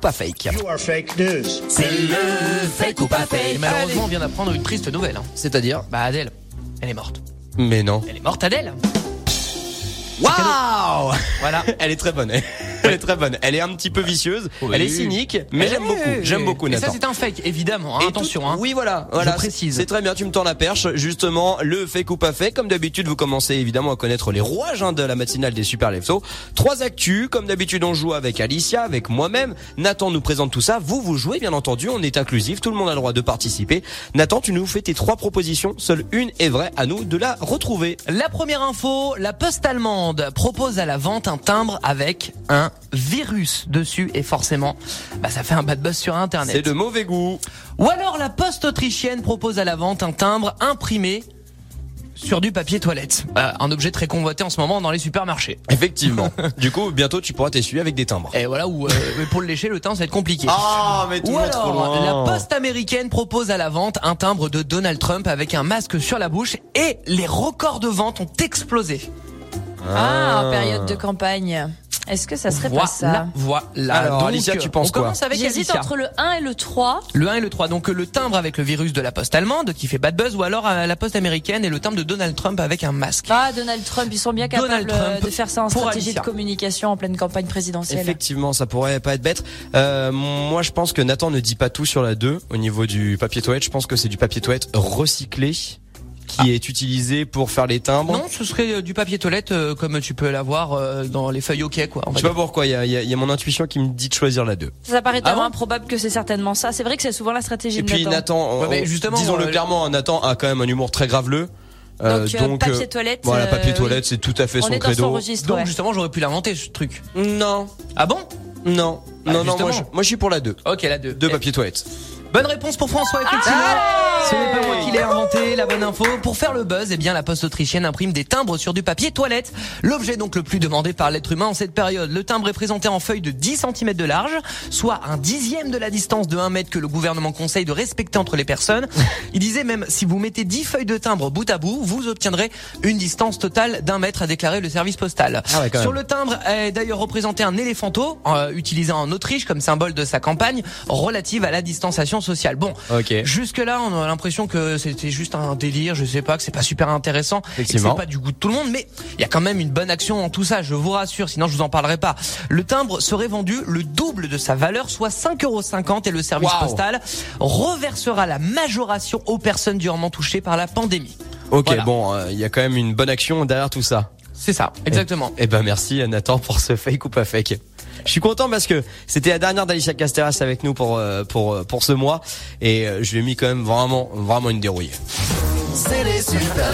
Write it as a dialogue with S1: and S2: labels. S1: pas fake.
S2: You are fake news.
S1: C'est le fake ou pas fake.
S3: Et malheureusement, on vient d'apprendre une triste nouvelle. hein.
S1: C'est-à-dire
S3: Bah, Adèle, elle est morte.
S1: Mais non.
S3: Elle est morte, Adèle
S1: Waouh
S3: Voilà.
S1: Elle est très bonne. Elle est très bonne. Elle est un petit peu vicieuse.
S3: Oui. Eh.
S1: Elle est cynique, mais j'aime beaucoup. J'aime beaucoup
S3: Et ça,
S1: Nathan.
S3: c'est un fake, évidemment. hein,
S1: Et
S3: attention,
S1: tout-
S3: hein.
S1: Oui, voilà, voilà.
S3: Je précise.
S1: C'est très bien, tu me tends la perche. Justement, le fait ou pas fait. Comme d'habitude, vous commencez évidemment à connaître les rouages hein, de la matinale des Super Leftos. Trois actus. Comme d'habitude, on joue avec Alicia, avec moi-même. Nathan nous présente tout ça. Vous, vous jouez, bien entendu. On est inclusif. Tout le monde a le droit de participer. Nathan, tu nous fais tes trois propositions. Seule une est vraie. À nous de la retrouver.
S3: hein. La première info, la poste allemande propose à la vente un timbre avec un virus dessus et forcément, bah, ça fait un bad buzz sur Internet.
S1: C'est de mauvais goût.
S3: Ou alors la poste autrichienne propose à la vente un timbre imprimé sur du papier toilette. Euh, un objet très convoité en ce moment dans les supermarchés.
S1: Effectivement. du coup, bientôt, tu pourras t'essuyer avec des timbres.
S3: Et voilà où, euh, mais pour le lécher, le timbre, ça va être compliqué.
S1: Ah, mais
S3: Ou
S1: monde trop
S3: alors,
S1: loin.
S3: la poste américaine propose à la vente un timbre de Donald Trump avec un masque sur la bouche et les records de vente ont explosé.
S4: Ah, en période de campagne. Est-ce que ça serait
S3: voilà,
S4: pas ça
S3: voilà.
S1: Alors,
S3: Donc,
S1: Alicia, tu penses
S3: on commence avec
S4: J'hésite
S3: Alicia.
S4: entre le 1 et le 3.
S3: Le 1 et le 3, donc euh, le timbre avec le virus de la poste allemande qui fait bad buzz ou alors euh, la poste américaine et le timbre de Donald Trump avec un masque.
S4: Ah, Donald Trump, ils sont bien
S3: Donald
S4: capables euh,
S3: Trump
S4: de faire ça en
S3: pour
S4: stratégie
S3: Alicia.
S4: de communication en pleine campagne présidentielle.
S1: Effectivement, ça pourrait pas être bête. Euh, moi, je pense que Nathan ne dit pas tout sur la 2 au niveau du papier toilette. Je pense que c'est du papier toilette recyclé qui
S4: Ah.
S1: est utilisé pour faire les timbres.
S3: Non, ce serait euh, du papier toilette euh, comme tu peux l'avoir euh, dans les feuilles OK quoi. on va
S1: Je sais
S3: dire.
S1: pas pourquoi, il y a, il y a- il y a mon intuition qui me dit de choisir la 2.
S4: Ça paraît
S3: Ah
S4: tellement
S3: bon
S4: improbable que c'est certainement ça. C'est vrai que c'est souvent la stratégie
S1: Et
S4: de
S1: puis
S4: Nathan.
S1: Nathan,
S3: Ouais,
S1: on-
S3: mais justement,
S1: disons-le
S3: euh,
S1: clairement, hein, Nathan a quand même un humour très graveleux. Euh,
S4: Donc, euh, papier
S1: euh,
S4: toilette.
S1: voilà,
S4: euh,
S1: papier
S4: oui.
S1: toilette, c'est tout à fait
S4: On
S1: son
S4: est dans son
S1: credo.
S4: registre.
S3: Donc
S4: ouais.
S3: justement, j'aurais pu l'inventer ce truc.
S1: Non,
S3: Ah bon
S1: non,
S3: Bah,
S1: non, non,
S3: justement.
S1: moi je, moi, je suis pour la 2.
S3: OK, la 2.
S1: Deux papiers toilettes.
S3: Bonne réponse pour François, effectivement. Ce n'est pas moi qui l'ai inventé, la bonne info. Pour faire le buzz, eh bien, la poste autrichienne imprime des timbres sur du papier toilette. L'objet donc le plus demandé par l'être humain en cette période. Le timbre est présenté en feuille de 10 cm de large, soit un dixième de la distance de 1 mètre que le gouvernement conseille de respecter entre les personnes. Il disait même, si vous mettez 10 feuilles de timbre bout à bout, vous obtiendrez une distance totale d'un mètre, a déclaré le service postal.
S1: Ah ouais, quand
S3: Sur
S1: même.
S3: le timbre est d'ailleurs représenté un éléphanteau, euh, utilisé en Autriche comme symbole de sa campagne relative à la distanciation sociale. Bon,
S1: Ok.
S3: Jusque-là, on a l'impression que c'était juste un délire, je sais pas, que c'est pas super intéressant, et que
S1: Effectivement.
S3: c'est pas du goût de tout le monde, mais il y a quand même une bonne action en tout ça, je vous rassure, sinon je vous en parlerai pas. Le timbre serait vendu le double de sa valeur, soit 5,50€ et le service
S1: Waouh.
S3: postal reversera la majoration aux personnes durement touchées par la pandémie.
S1: Ok,
S3: Voilà.
S1: bon, euh, il y a quand même une bonne action derrière tout ça.
S3: C'est ça, exactement.
S1: Eh ben merci Nathan pour ce fake ou pas fake. Je suis content parce que c'était la dernière d'Alicia Casteras avec nous pour euh, pour euh, pour ce mois et euh, je lui ai mis quand même vraiment vraiment une dérouillée.
S3: C'est les super